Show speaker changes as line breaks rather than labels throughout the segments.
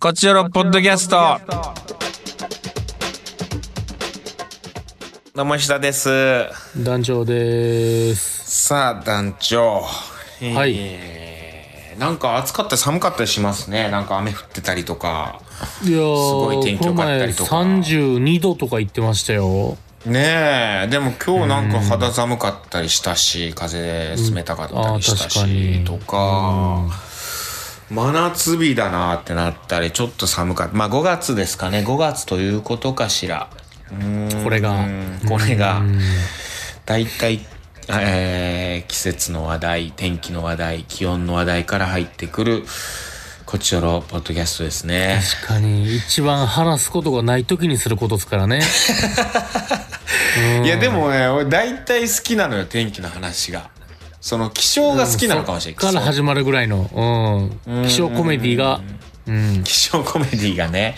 こちらのポッドキャスト。どうも石田です。
団長です。
さあ団長。
はい
えーなんか暑かったり寒かったりしますね。なんか雨降ってたりとか。
いやす
ごい天気良かったりとか
この前32度とか言ってましたよ。
ねえ、でも今日なんか肌寒かったりしたし、風冷たかったりした
うんあ
し、
ー
と
確
か、真夏日だなってなったり、ちょっと寒かった。まあ5月ですかね、5月ということかしら。うーん
これが
これが、だいたい、えー季節の話題、天気の話題、気温の話題から入ってくる、こちらのポッドキャストですね。
確かに、一番話すことがない時にすることですか らね。
いやでもね俺大体好きなのよ天気の話がその気象が好きなのかもしれ
そ
な
っ
い、
から始まるぐらいの、うん。気象コメディが、うん。
気象コメディが ね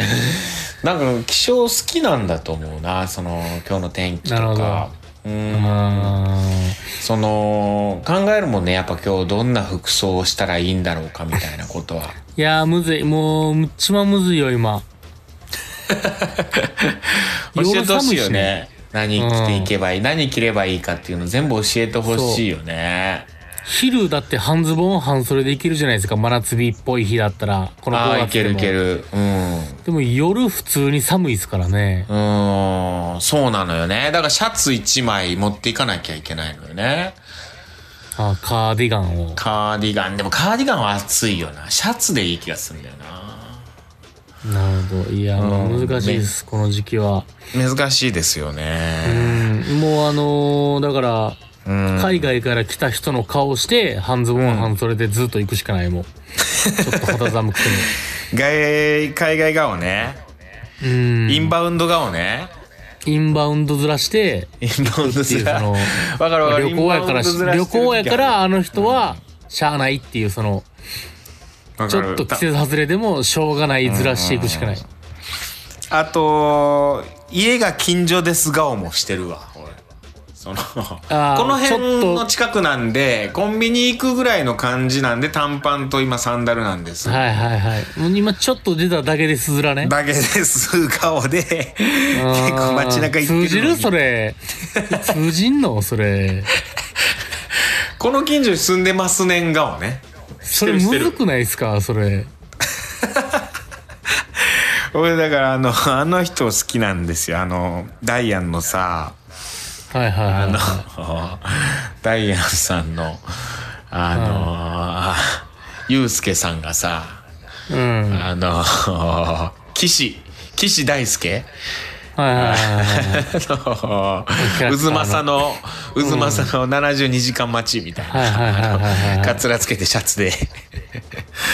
なんか気象好きなんだと思うなその今日の天気と
なるほ
か
ど
うん
あ
その考えるもんねやっぱ今日どんな服装をしたらいいんだろうかみたいなことは
ーいやー、むずい。もう、むっちまむずいよ、今。
教えてほしいよ
夜寒いしね
ね何着ていけばいい、何着ればいいかっていうの全部教えてほしいよね
昼だって半ズボン半袖でいけるじゃないですか。真夏日っぽい日だったら。この
ああ
5
い
月
け
で
る
も
いけるうん
でも夜普通に寒いですからね。
うーん、そうなのよね。だからシャツ1枚持っていかなきゃいけないのよね。
あカーディガンを。
カーディガン。でもカーディガンは暑いよな。シャツでいい気がするんだよな。
なるほど。いや、
うん
難しいです、この時期は。
難しいですよ
う
ね。
ん。もうあのーだから、
うん。
海外から来た人の顔して、半ズボン、半袖でずっと行くしかないもん。 ちょっと肌寒くて
外、海外顔ね。
も。うん。
インバウンド顔 ね。
インバウンドずらして、
インバウンドすら。
行
わ
くっていう
かるわかる。
旅行やから
インバウンド
し、
ず
旅
してる時
行やか
あ
ら、あの人は、しゃあないっていう、その、
る、わ
ち
か
ょっ
る
と季節外れでも、しょうがないずらしていくしかない。
あと、家が近所です顔もしてるわ、俺その、
ー
この辺の近くなんで、コンビニ行くぐらいの感じなんで、短パンと今サンダルなんです。
はいはいはい。もう今ちょっと出ただけですずらね。
だけです顔で、結構街中行ってるのに
通じるそれ。通じんのそれ。
この近所に住んでますねん顔ね。
そ
てる
れむ
してる
ずくないですかそれ。
俺だからあの、あの人好きなんですよ。あの、ダイアンのさ、
はいはい
あの
は、
ダイアンさんの、あの、あユウスケさんがさ、
い。うん。はい
あの、 岸、岸大輔
はいはいはい。
あ
キャラクタ
の、
ーの
渦政の、渦政の72時間待ちみたい
はいはいはいはいはい
な。かつらつけてシャツで、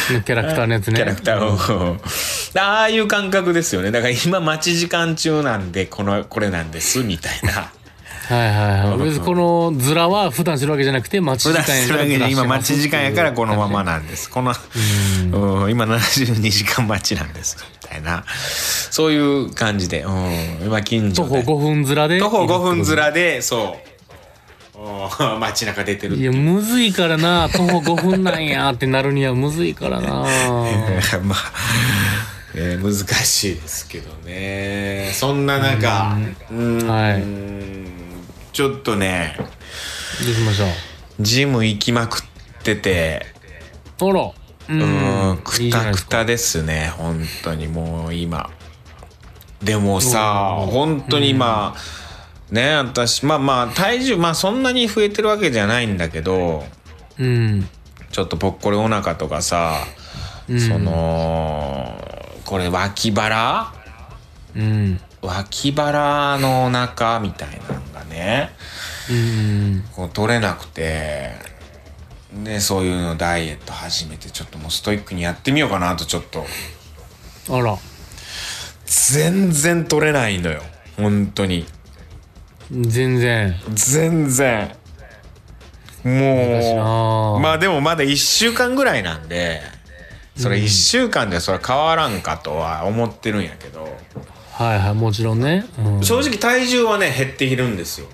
キャラクターのやつね。
キャラクターを。ああいう感覚ですよね。だから今待ち時間中なんで、この、これなんです、みたいな。
はいはいはい。別にこのズラは普段するわけじゃなくて、待ち
普
時
段
間
するわけで今待ち時間やからこのままなんです。この、うん、今72時間待ちなんです、みたいな。そういう感じで、うん、今近所
徒歩
で。
5分ずらで。
徒歩5分
ず
ずらで、そう。うん 街中出てる
い。や、むずいからな。徒歩5分なんやってなるにはむずいからな。
まあ、えー難しいですけどねそんな中うーん
はい
ちょっとね
どうしましょ
ジム行きまくってて
う。あら。う
うーん
ん。い
く
いじゃな
た
いで
く
すか
たですね本当にもう今でもさ本当に今ね私まあまあ体重まあそんなに増えてるわけじゃないんだけど
うん。
ちょっとぽっこりお腹とかさ、そのこれ脇腹
うん。
脇腹の中みたいなのがね
うん。
こう取れなくてでそういうのダイエット始めてちょっともうストイックにやってみようかなとちょっと
あら。
全然取れないのよ本当に
全然。
全然
難しいな
も
あ
うまあでもまだ1週間ぐらいなんでそれ1週間でそれ変わらんかとは思ってるんやけど、
はいはい、もちろんね。うん、はい
正直体重はね減っているんですよ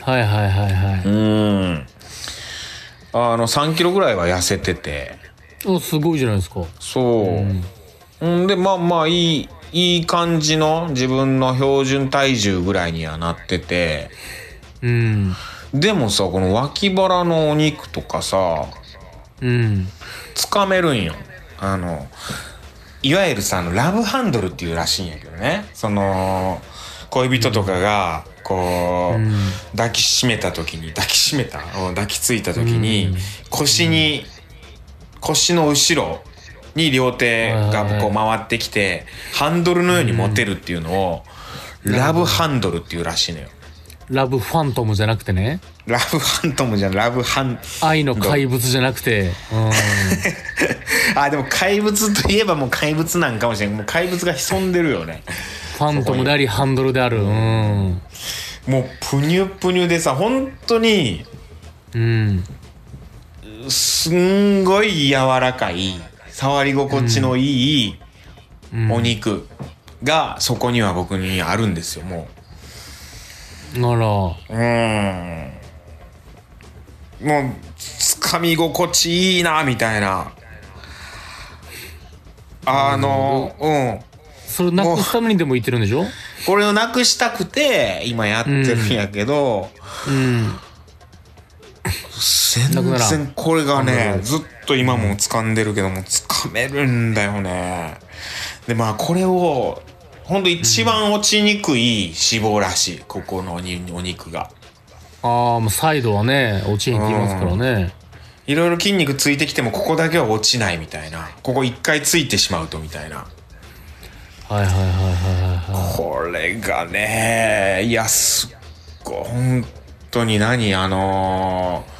はいはいはい。
うんあの3キロぐらいは痩せてて
お、すごいじゃないですか。
そう、うんでまあまあいいいい感じの自分の標準体重ぐらいにはなってて
うん。
でもさこの脇腹のお肉とかさ
うん。
つかめるんよあのいわゆるさあのラブハンドルっていうらしいんやけどねその恋人とかがこう、
うん
抱きしめた時に抱きしめたうん抱きついた時に、
うん
腰に腰の後ろに両手がこう回ってきて、ハンドルのように持てるっていうのを、ラブハンドルっていうらしいのよ。
ラブファントムじゃなくてね。
ラブハントムじゃんラブハン
愛の怪物じゃなくて。うん。
あでも怪物といえばもう怪物なんかもしれないもう怪物が潜んでるよね
ファントムであり、ハンドルである。うん。
もうプニュプニュでさ本当に
うん。
すんごい柔らかい触り心地のいい
うん
お肉がそこには僕にあるんですよもう
なら。
うーんもうつかみ心地いいなみたいなあのうん
それなくすためにでも言ってるんでしょ
これをなくしたくて今やってるんやけど、
うん。
全
なくなら
然
ん
これが
な
ね
る
ずっと今も掴んでるけども掴めるんだよねでまあこれをほんと一番落ちにくい脂肪らしいここのおにお肉が
ああ、もうサイドはね、落ちへんって言いますからね。
いろいろ筋肉ついてきてもここだけは落ちないみたいなここ一回ついてしまうとみたいな
はいはいはいはいはいは
これがねいやすっごい本当に何あのー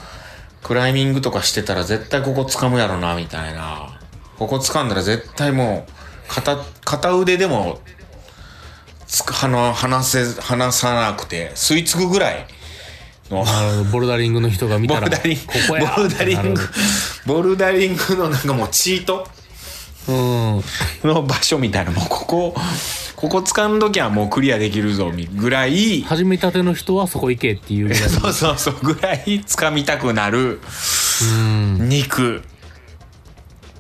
クライミングとかしてたら絶対ここ掴むやろなみたいなここ掴んだら絶対もう片片腕でもつくはな離せ離さなくて吸い付くぐらい の
い。なるほど、ボルダリングの人が見
ボ
たら、
ルダリング
ここや
ボルダリングボルダリングのなんかもうチート
うん。
の場所みたいなもうここここ掴んどきゃもうクリアできるぞみぐらい
始めたての人はそこ行けっていうぐらい。
そうそうそうぐらい掴みたくなる
うん。
肉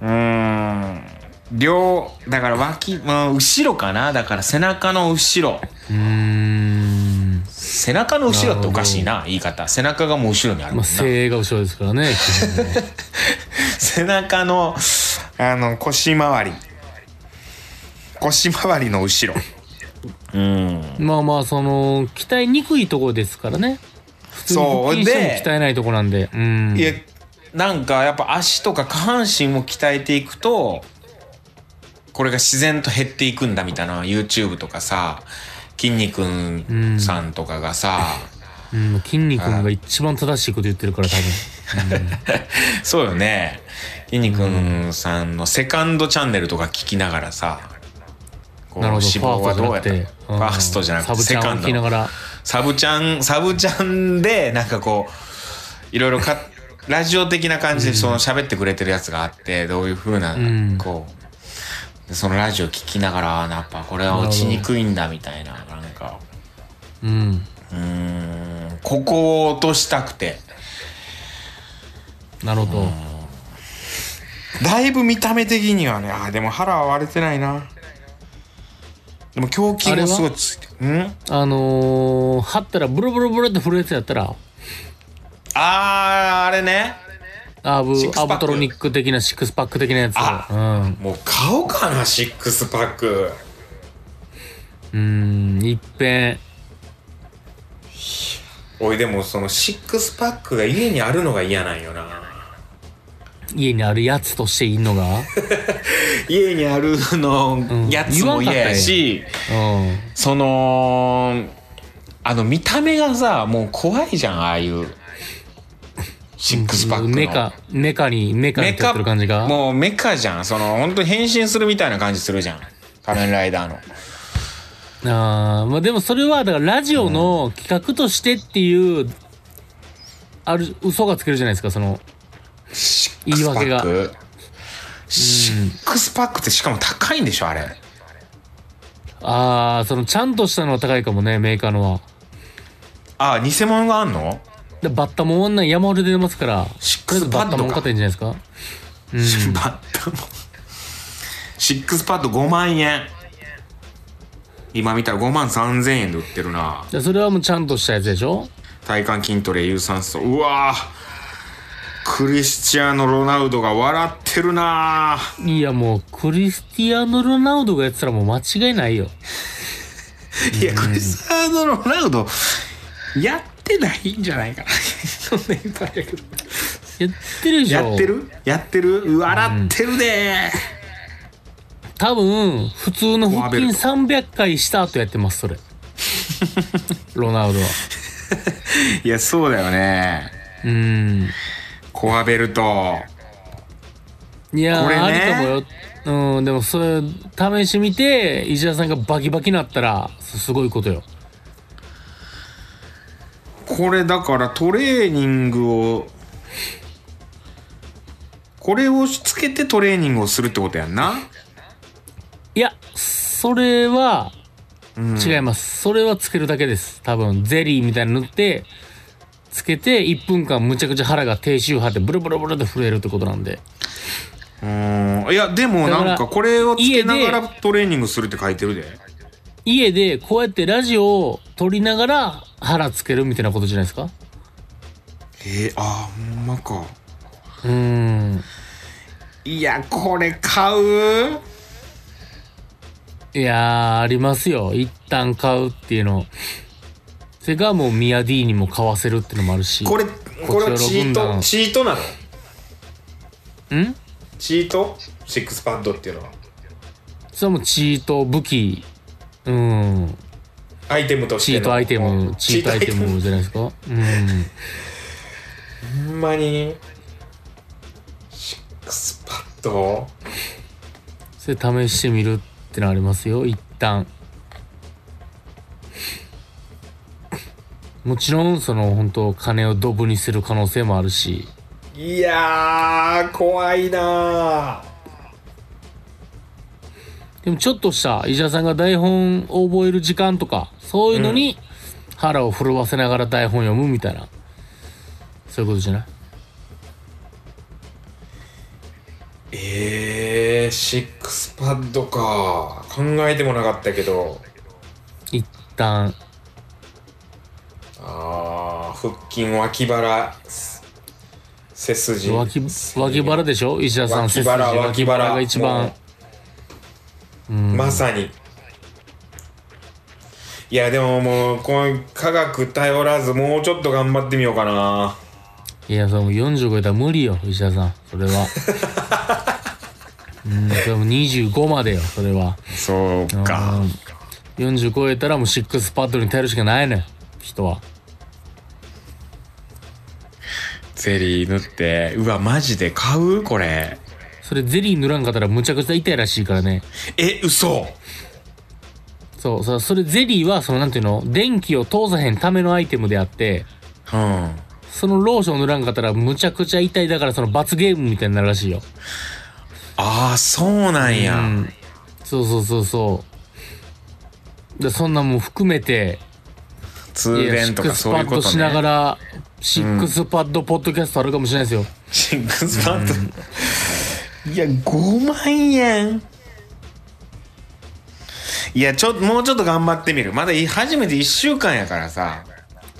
うーん両だから脇、まあ、後ろかなだから背中の後ろ
うーん。
背中の後ろっておかしいな言い方背中がもう後ろにあるも
ま
ん
あ、
な
精鋭が後ろですからね。基本は
背中のあの腰回り腰回りの後ろうん
まあまあ、その、鍛えにくいとこですからね。普通に
そう
腹筋しても
で
鍛えないとこなんで。うん。
いやなんかやっぱ足とか下半身も鍛えていくとこれが自然と減っていくんだみたいな YouTube とかさ筋肉さんとかがさ、
うん、筋肉が一番正しいこと言ってるから、多
そうよね筋肉さんのセカンドチャンネルとか聞きながらさこう
分。なる
脂
ほど。
肪はどうやった
フ
ファ
ァ
ー
ー
ス
ス
ト
ト
じ
じ
ゃ
ゃ
な
な
く
く
て
て、うん
セ
サブ
カ
ちゃん
ン
を
ド
聞きながら。
サブちゃん、サブちゃんで、なんかこう、いろいろか、ラジオ的な感じでその喋ってくれてるやつがあって、どういう風な、
ん
こう、でそのラジオ聞きながら、あやっぱこれは落ちにくいんだみたいな、なんか、
うん。
うーん、ここを落としたくて、
なるほど。
だいぶ見た目的にはね、あ、でも腹は割れてないな。でも胸筋もすごいついて、うん
あのー、張ったらブルブルブルって震えてやったら、
あー、あれね。
アブ
シックス、パッ
ア
ク
ブトロニック的なシックスパック的なやつ。
あもう買おうかな、シックスパック。
うん。うん、いっぺん。
おいでもそのシックスパックが家にあるのが嫌なんよな
家にあるやつとしていい のが、
家にあるの
ん
やつも嫌やし、
うん、
そのあの見た目がさもう怖いじゃんああいうシックスパックの
メカメカにメカに
メ
立っ
カ
てる感じが
もうメカじゃんその本当に変身するみたいな感じするじゃん仮面ライダーの
あー、まあ、でもそれはだからラジオの企画としてっていう、ある嘘がつけるじゃないですかその
シック
言い
スパ
訳
ッ
が
クシックスパックってしかも高いんでしょあれ
あーそのちゃんとしたのは高いかもねメーカーのは
あ偽物があんの
でバッタモン女山ほど出てますから
シック
とりあえ
ス
ず
パ
バッ
ッ
タ
ド
モン
か
買ってんじゃないですか
シュバッタモン。シックスパッド5万円。今見たら5万3000円で売ってるな。
じゃあそれはもうちゃんとしたやつでしょ
体幹筋トレ、有酸素。うわぁ。クリスチアーノ・ロナウドが笑ってるなぁ。
いやもう、クリスティアーノ・ロナウドがやってたらもう間違いないよ。
いや、クリスチアーノ・ロナウド、やってないんじゃないかな。そんな言ったらあれやけど。
やってるでしょ
やってるやってる笑ってるね
多分、普通の腹筋300回した後やってま す、それ。ロナウドは。
いや、そうだよね。
うん。
コアベルト。
いやー、
これね
あるかもよ。うん、でもそれ、試してみて、石田さんがバキバキなったら、すすごいことよ。
これだからトレーニングを、これをつけてトレーニングをするってことやんな。
いや、それは、違います。それはつけるだけです。多分、ゼリーみたいに塗って、つけて、1分間むちゃくちゃ腹が低周波でブルブルブルって震えるってことなんで。
うーん。いや、でもなん
だか
からこれをつけなが
家
らトレーニングするって書いてるで。
家で、こうやってラジオを撮りながら腹つけるみたいなことじゃないですか
えー、あー、ほんまか。
うーん。
いや、これ買う
いやー、ありますよ。一旦買うっていうの。それがもうミヤ D にも買わせるってのもあるし。
これ、これはチー
こ
ト、
ち
チートなの
ん
チートシックスパッドっていうのは。
それはもうチート、武器、うん。
アイテムとして
チ
の
ートアイテム、チートアイテ
チー
ムじゃないですかうん。
トアイテムほんまにシックスパッド
それ試してみるってのありますよ、一旦。もちろん、その、本当金をドブにする可能性もあるし。
いやー怖いなー
でもちょっとした石田さんが台本を覚える時間とか、そういうのに腹を震わせながら台本読むみたいな。そういうことじゃない
えー、シックスパッドか考えてもなかったけど
一旦。
あー腹筋脇腹す背筋
脇、脇腹でしょ石田さん、
脇腹
背
脇
筋
腹
が一番。
まさにいやでももうこの科学頼らずもうちょっと頑張ってみようかない
や、それもう40超えたら無理よ、石田さん。そ れは。うん、それも25までよ、それは。
そうか
うん40超えたらもうシックスパッドに頼るしかないのよ、人は。
ゼリー塗ってうわマジで買うこれ
それゼリー塗らんかったらむちゃくちゃ痛いらしいからね。
え嘘
そう、そうそれゼリーは、そのなんていうの、電気を通さへんためのアイテムであって、
うん
そのローション塗らんかったらむちゃくちゃ痛いだからその罰ゲームみたいになるらしいよ。
ああそうなんや、
うん。そうそうそうそう。で、そんなんも含めて、
通電とかそういうこ
い
と
やシックスパッドしなが
ね
ら、シックスパッドポッドキャストあるかもしれないですよ。
シックスパッド、いや5万円いやちょもうちょっと頑張ってみるまだい初めて1週間やからさ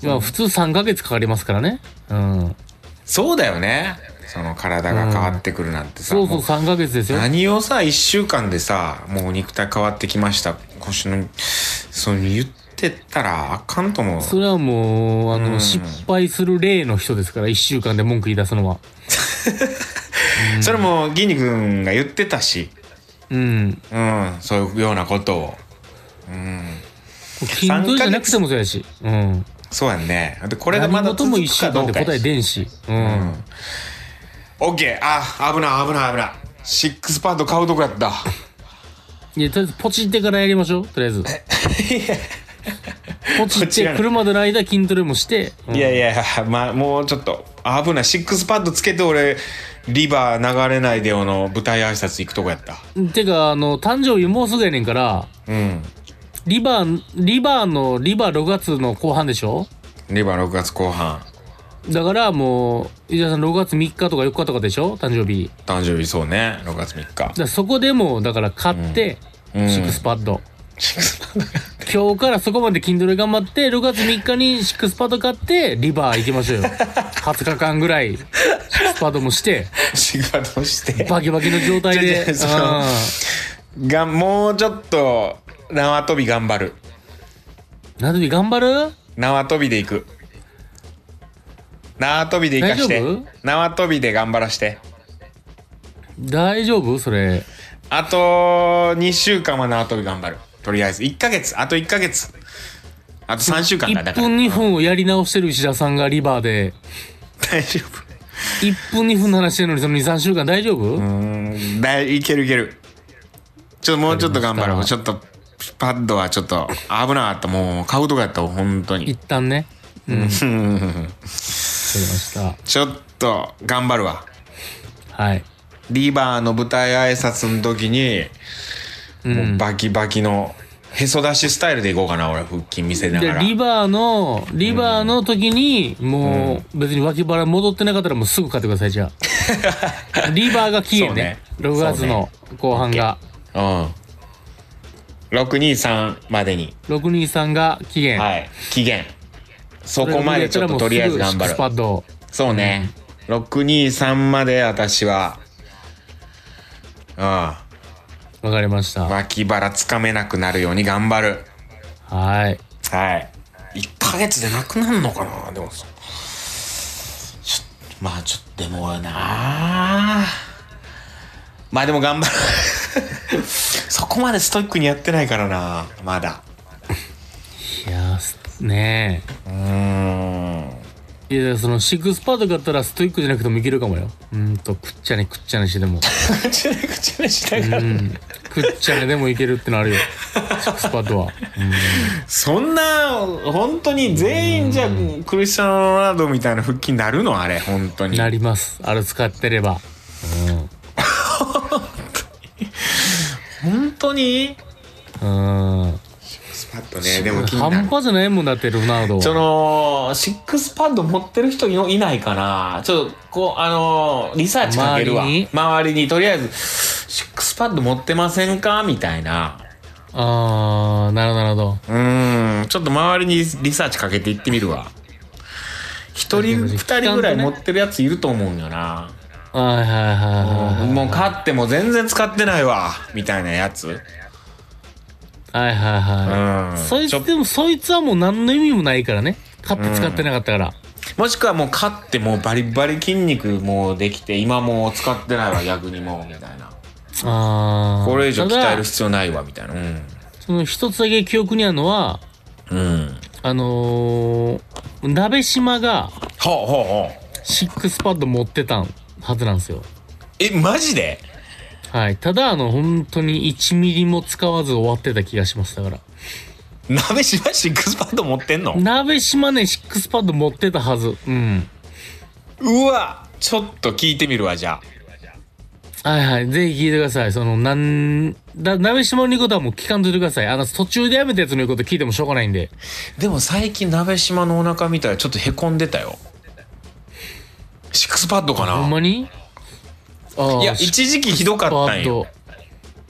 まあ普通3ヶ月かかりますからね。うん。
そうだよねその体が変わってくるなんてさ、
そうそう
もう
3ヶ月ですよ。
何をさ1週間でさもう肉体変わってきました腰のそう言ってったらあかんと思う
それはもう、あ
うん
の、失敗する例の人ですから、1週間で文句言い出すのは。
それもギニ君が言ってたし、
うん。
うん、そういうようなことを。
筋トレじゃなくてもそうやし。うん。
そうやんね。で、こ
こ
れがまだ
とも
続
1
く
週
かど
間
う
で
か
答え出んし。うん。
オッケーあ、危ない危ない危ない。シックスパッド買うとこやった。
いや、とりあえず、ポチってからやりましょう。とりあえず。ポチ
ポ
っ
チらな
て、
い
車での間筋トレもして。うん
いやいや、まあ、もうちょっと、危ない。シックスパッドつけて俺、リバー流れないでよの舞台挨拶行くとこやった。
てか、あの、誕生日もうすぐやねんから、
うん。
リバー、リバーの、リバー6月の後半でしょ
リバー6月後半。
だからもう、伊沢さん6月3日とか4日とかでしょ誕生日。
誕生日そうね6月3日
だからそこでもう、だから買って、
うん
シックスパッド。今日からそこまで Kindle 頑張って、6月3日にシックスパッド買って、リバー行きましょう よ。20日間ぐらい、シックスパッドもして、
仕事して
バキバキの状態
いやい
で。
やその
うん
がもうちょっと縄跳び頑張る
なんで頑張る
縄跳びで行く縄跳びで行かして
大丈夫
縄跳びで頑張らして
大丈夫それ。
あと2週間は縄跳び頑張るとりあえず1ヶ月あと1ヶ月あと3週間だだ
1
から
分2分をやり直してる石田さんがリバーで、
大丈夫
1分2分の話してるのにその2、3週間大丈夫、
うーんだいいけるいけるちょっともうちょっと頑張ろ
わかりま
う
し
ちょっとパッドはちょっと危なかったもう買うとこやったわ本当に
一旦ね。うん。わかりました。
ちょっと頑張るわ
はい。
リバーの舞台挨拶の時に、もうバキバキのへそ出しスタイルでいこうかな俺腹筋見せな
で
がら
リバーのリバーの時にもう別に脇腹戻ってなかったらもうすぐ買ってくださいじゃ あリバーが期限ね
そうね
6月の後半が、
うん623までに
623が期限、
はい期限そこまでちょっととりあえず頑張
シックスパ
る
ッド
そうね、623まで私はう
わかりました
ん
は
脇腹つかめなくなるように頑張る
い
はい1ヶ月でなくなるのかなでもそちょっとまあちょっとでもなまあでも頑張る そこまでストイックにやってないからなまだ
いやーすね
うーん
えいやそのシックスパッド買ったらストイックじゃなくてもいけるかもようんとくっちゃねくっちゃねしてでも
くちゃねくちゃねしなが
う
ら
んくっちゃねでもいけるってのあるよシックスパッドは
そんな本当に全員じゃクリスチャン・ロナウドみたいな腹筋なるのあれ本当に
なりますあれ使ってれば
本当に
うん
スパッとねでも気にな
半
る
端じゃないもんだってロナウド
そのシックスパッド持ってる人いのいないかなちょっとこうあのーリサーチかけるわ
周
周
り
り
に
にとりあえずシックスパッド持ってませんかみたいな
ああなるほどなるほ
うーんちょっと周りにリサーチかけていってみるわ一人二人ぐらい持ってるやついると思うんよな、
どはいはいはいはい
もう買っても全然使ってないわみたいなやつ
はいはいは
うん
いそいつ
ちょっと
でもそいつはもう何の意味もないからね買って使ってなかったから
もしくはもう買ってもうバリバリ筋肉もうできて今もう使ってないわ逆にもうみたいな
ああ
これ以上
た
鍛える
だ
必要ないわみたいなうん
その一つだけ記憶にあるのは
うん
あのー、鍋島が
ほうほうほう
シックスパッド持ってたんはずなんですよ
えマジで
はいただあの本当に1ミリも使わず終わってた気がしますだから
鍋島シックスパッド持ってんの
鍋島ねシックスパッド持ってたはずうん
うわちょっと聞いてみるわじゃ
はいはい。ぜひ聞いてください。その、なん、だ、鍋島の言うことはもう聞かんといてください。あの、途中でやめたやつの言うこと聞いてもしょうがないんで。
あでも最近鍋島のお腹見たらちょっとへこんでたよシックスパッドか
ほん
な
まにああ
いや一時期ひどかったんよ。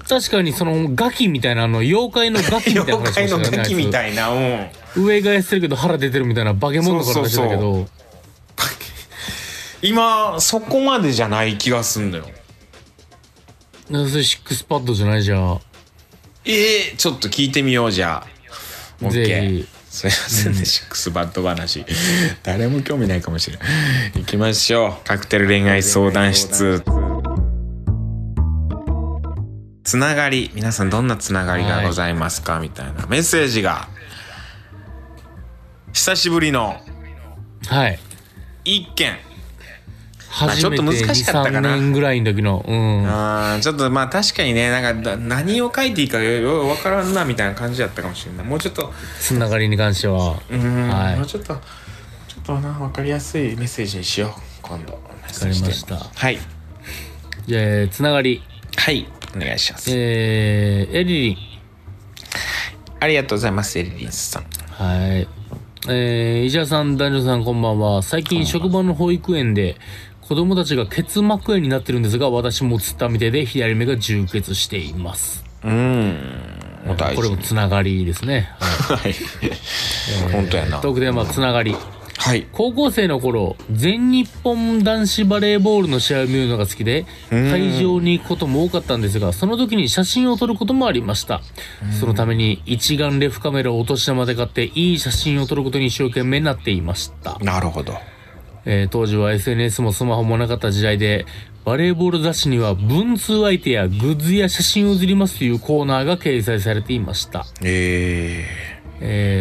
確かにその、ガキみたいな、あの、妖怪のガキみたいな
妖
話しま
怪
した
の
よね。
ガキみ
い。
たいなうん
上がやってるけど腹出てるみたいな化け物の
そうそうそう
話だけど。
今そこまでじゃない気がすんのよ
なそれシックスパッドじゃないじゃん。
ええちょっと聞いてみようじゃあ。
ぜひ
OK。すいませんね、シックスバッド話。誰も興味ないかもしれない。行きましょう。カクテル恋愛相談室。つながり。皆さんどんなつながりがございますか、みたいなメッセージが。久しぶりの
はい。
一件。あちょ
初
っ
め
と
て2、
難しかったか
3
な
年ぐらいの時の。うん。
あーちょっとまあ確かにね、なんかだ何を書いていいかよくわからんなみたいな感じだったかもしれない。もうちょっと
つながりに関しては。
うん
はい
もうちょっとちょっとな分かりやすいメッセージにしよう今度わ
かりました
はい
じゃあ、つながり。
はいお願いします、
えー、エリリン。
ありがとうございますエリリンさん
はい。えー、石田さん、男女さん、こんばんは。最近、職場の保育園で、子供たちが結膜炎になってるんですが、私もつったみたいで、左目が充血しています。
うん。お大
これ
事
も
に。
つながりですね。
はい。本当やな。
トークテーマ、つながり。
はい。
高校生の頃、全日本男子バレーボールの試合を見るのが好きで、会場に行くことも多かったんですが、その時に写真を撮ることもありました。そのために一眼レフカメラをお年玉で買って、いい写真を撮ることに一生懸命になっていました。
なるほど。
えー当時は SNS もスマホもなかった時代で、バレーボール雑誌には文通相手やグッズや写真を売りますというコーナーが掲載されていました。
え
えー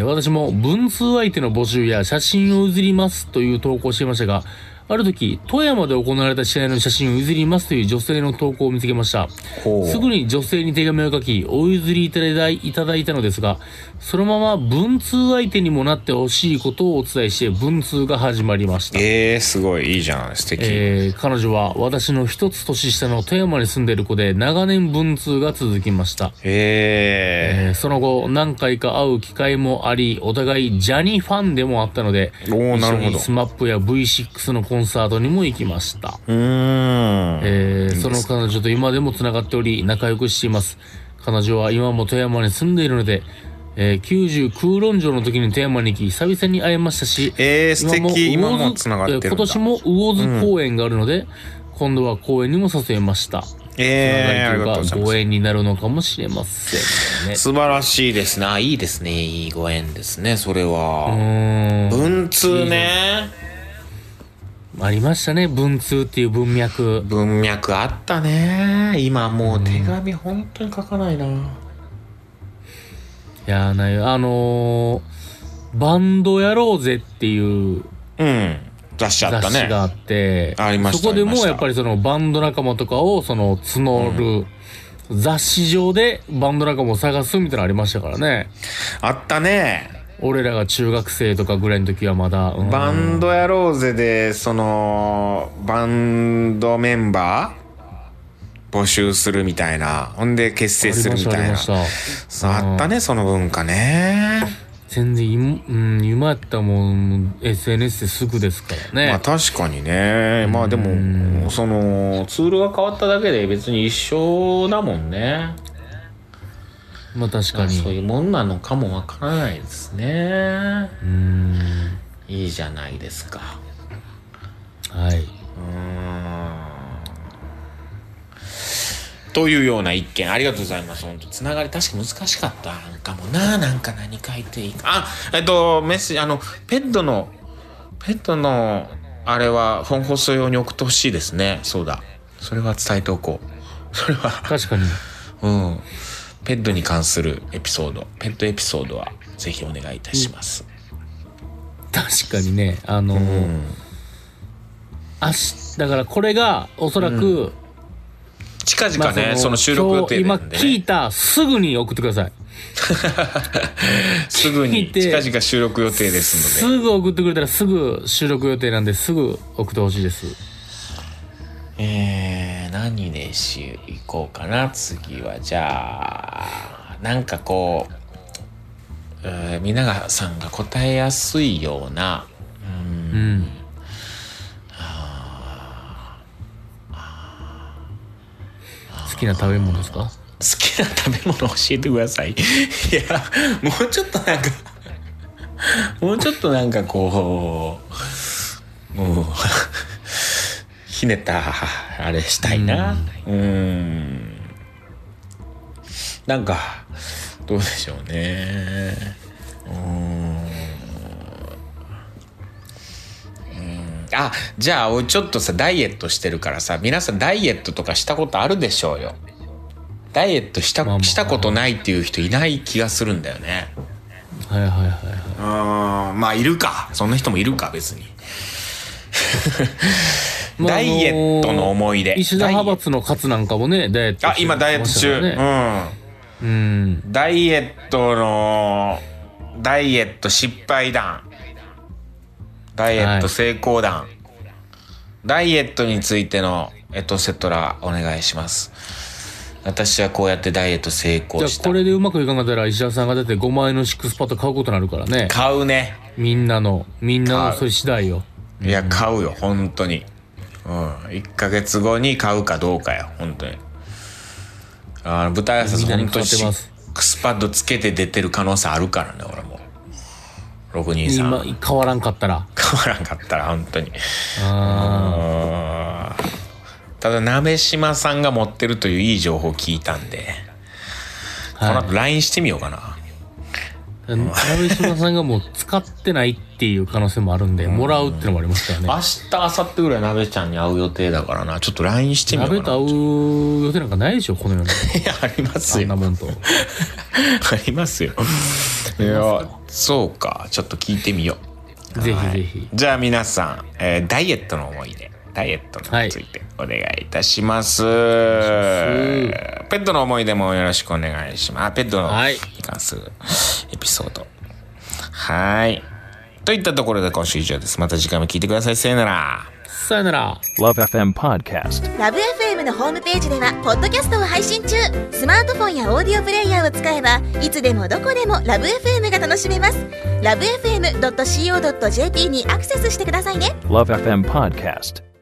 私も文通相手の募集や写真を譲りますという投稿をしていましたが、ある時、富山で行われた試合の写真を譲りますという女性の投稿を見つけました。
ー。ほう。
すぐに女性に手紙を書き、お譲りいただいいただいたのですが、そのまま文通相手にもなってほしいことをお伝えして、文通が始まりました。
えー、すごい。いいじゃん。素敵。
えー彼女は私の一つ年下の富山に住んでいる子で長年文通が続きました。
え
えーその後何回か会う機会もあり、お互いジャニファンでもあったので、
ー。おー、
一
な
緒
るほ
に
ど。
スマップや V6 のコンサートにも行きました。
うーん。
えーその彼女と今でも繋がっており、仲良くしています。彼女は今も富山に住んでいるので、えー90空論城の時に富山に行き、久々に会えましたし、
えー、素敵。今
魚
も
津
つながってるんだ。
え今年も魚津公演があるので、今度は公演にも誘えました。
えー、ありがとうございま
ご
す。
縁になるのかもしれませんね。
素晴らしいですね。あいいですね。いいご縁ですね、それ
う
は。
ーん
文通ね。
ありましたね文通っていう文脈
文脈あったね。今もう手紙本当に書かないな。
いやーないあのーバンドやろうぜっていう
うん。雑誌あっ
雑
た
誌
ね。
があって、
ありました
そこで
ありまし
も
た
やっぱりそのバンド仲間とかをその募る、雑誌上でバンド仲間を探すみたいなのありましたからね
あったね。
俺らが中学生とかぐらいの時はまだ、うん
バンドやろうぜで、その、バンドメンバー募集するみたいな。ほんで結成するみた
あ
い
り
な。
ましたありま
そうあったね、その文化ね。
全然今,、うん、今やったらもう SNS ですぐですからね、
まあ確かにね。まあでも、その、ツールが変わっただけで別に一緒だもんね。
まあ確か
そうい
に
うもんなのかもわからないですね。
うん
いいじゃないですか。
はい。
というような一件ありがとうございます本当つながり確か難しかったんかもななんか何書いていいかあえっとメッセージあのペットのペットのあれは本放送用に送ってほしいですねそうだそれは伝えておこうそれは
確かに。
うんペットに関するエピソードペットエピソードはぜひお願いいたします、
確かにね。あの、明日、だからこれが、おそらく、
近々
まあ
ね、その収録予定
今
なんで、ね、
聞いた、すぐに送ってください。
すぐ
聞
に
いて
近々収録予定ですのです
ぐ送ってくれたらすぐ収録予定なんで、すぐ送ってほしいです。
えー、何でし行こうかな次はじゃあなんかこう、えー、みながさんが答えやすいような
うん。好きな食べ物ですか
好きな食べ物教えてくださいいやもうちょっとなんかもうちょっとなんかこうもうひねったあれしたいなうんなんかどうでしょうねうんうんあじゃあ俺ちょっとさダイエットしてるからさ皆さんダイエットとかしたことあるでしょうよダイエットした,、
まあまあ
したことないっていう人いない気がするんだよね
はいはいはいはい。
うーんまあいるかそんな人もいるか別に、
まあ
ダイエットの思い出
あの石田派閥のカツなんかもね、ダイエット
あ今ダイエット中、
してましたからねうん。
うんダイエットのダイエット失敗談ダイエット成功談、ダイエットについてのエトセトラお願いします私はこうやってダイエット成
じ
功
ゃ
し
あ
た
これでうまくいかんかったら石田さんが出て5万円のシックスパッド買うことになるからね
買うね
みんなのみんなのそれ次第よ
いや買うよ本当にうん1ヶ月後に買うかどうかよ本当にあの舞台挨拶
みんなに
本当に
買って
シ
ます
ックスパッドつけて出てる可能性あるからね俺も6人さん
今変わらんかったら
変わらんかったら本当に
あ
うーんただ鍋島さんが持ってるといういい情報聞いたんで、
ー
この
は
後 LINE してみようかな
鍋島さんがもう使ってないっていう可能性もあるんでもらうってのもありますからね
明日明後日ぐらい鍋ちゃんに会う予定だからなちょっと LINE してみようかな
鍋と会う予定なんかないでしょこの世に
いやあります
そん
よ
なも んと
ありますよ。いや、そうか。ちょっと聞いてみよう。
ぜひ
はい
ぜひ
じゃあ皆さん、えーダイエットの思い出、ダイエットについてお願いいたします。ペットの思い出もよろしくお願いします。あペットの
はい
に関するエピソード。はい。といったところで今週以上です。また次回も聞いてください。さよなら。
さよなら
Love FM Podcast.
ラブ f m のホームページではポッドキャストを配信中スマートフォンやオーディオプレイヤーを使えばいつでもどこでもラブ f m が楽しめますラブ FM.co.jp にアクセスしてくださいね
Love FM Podcast.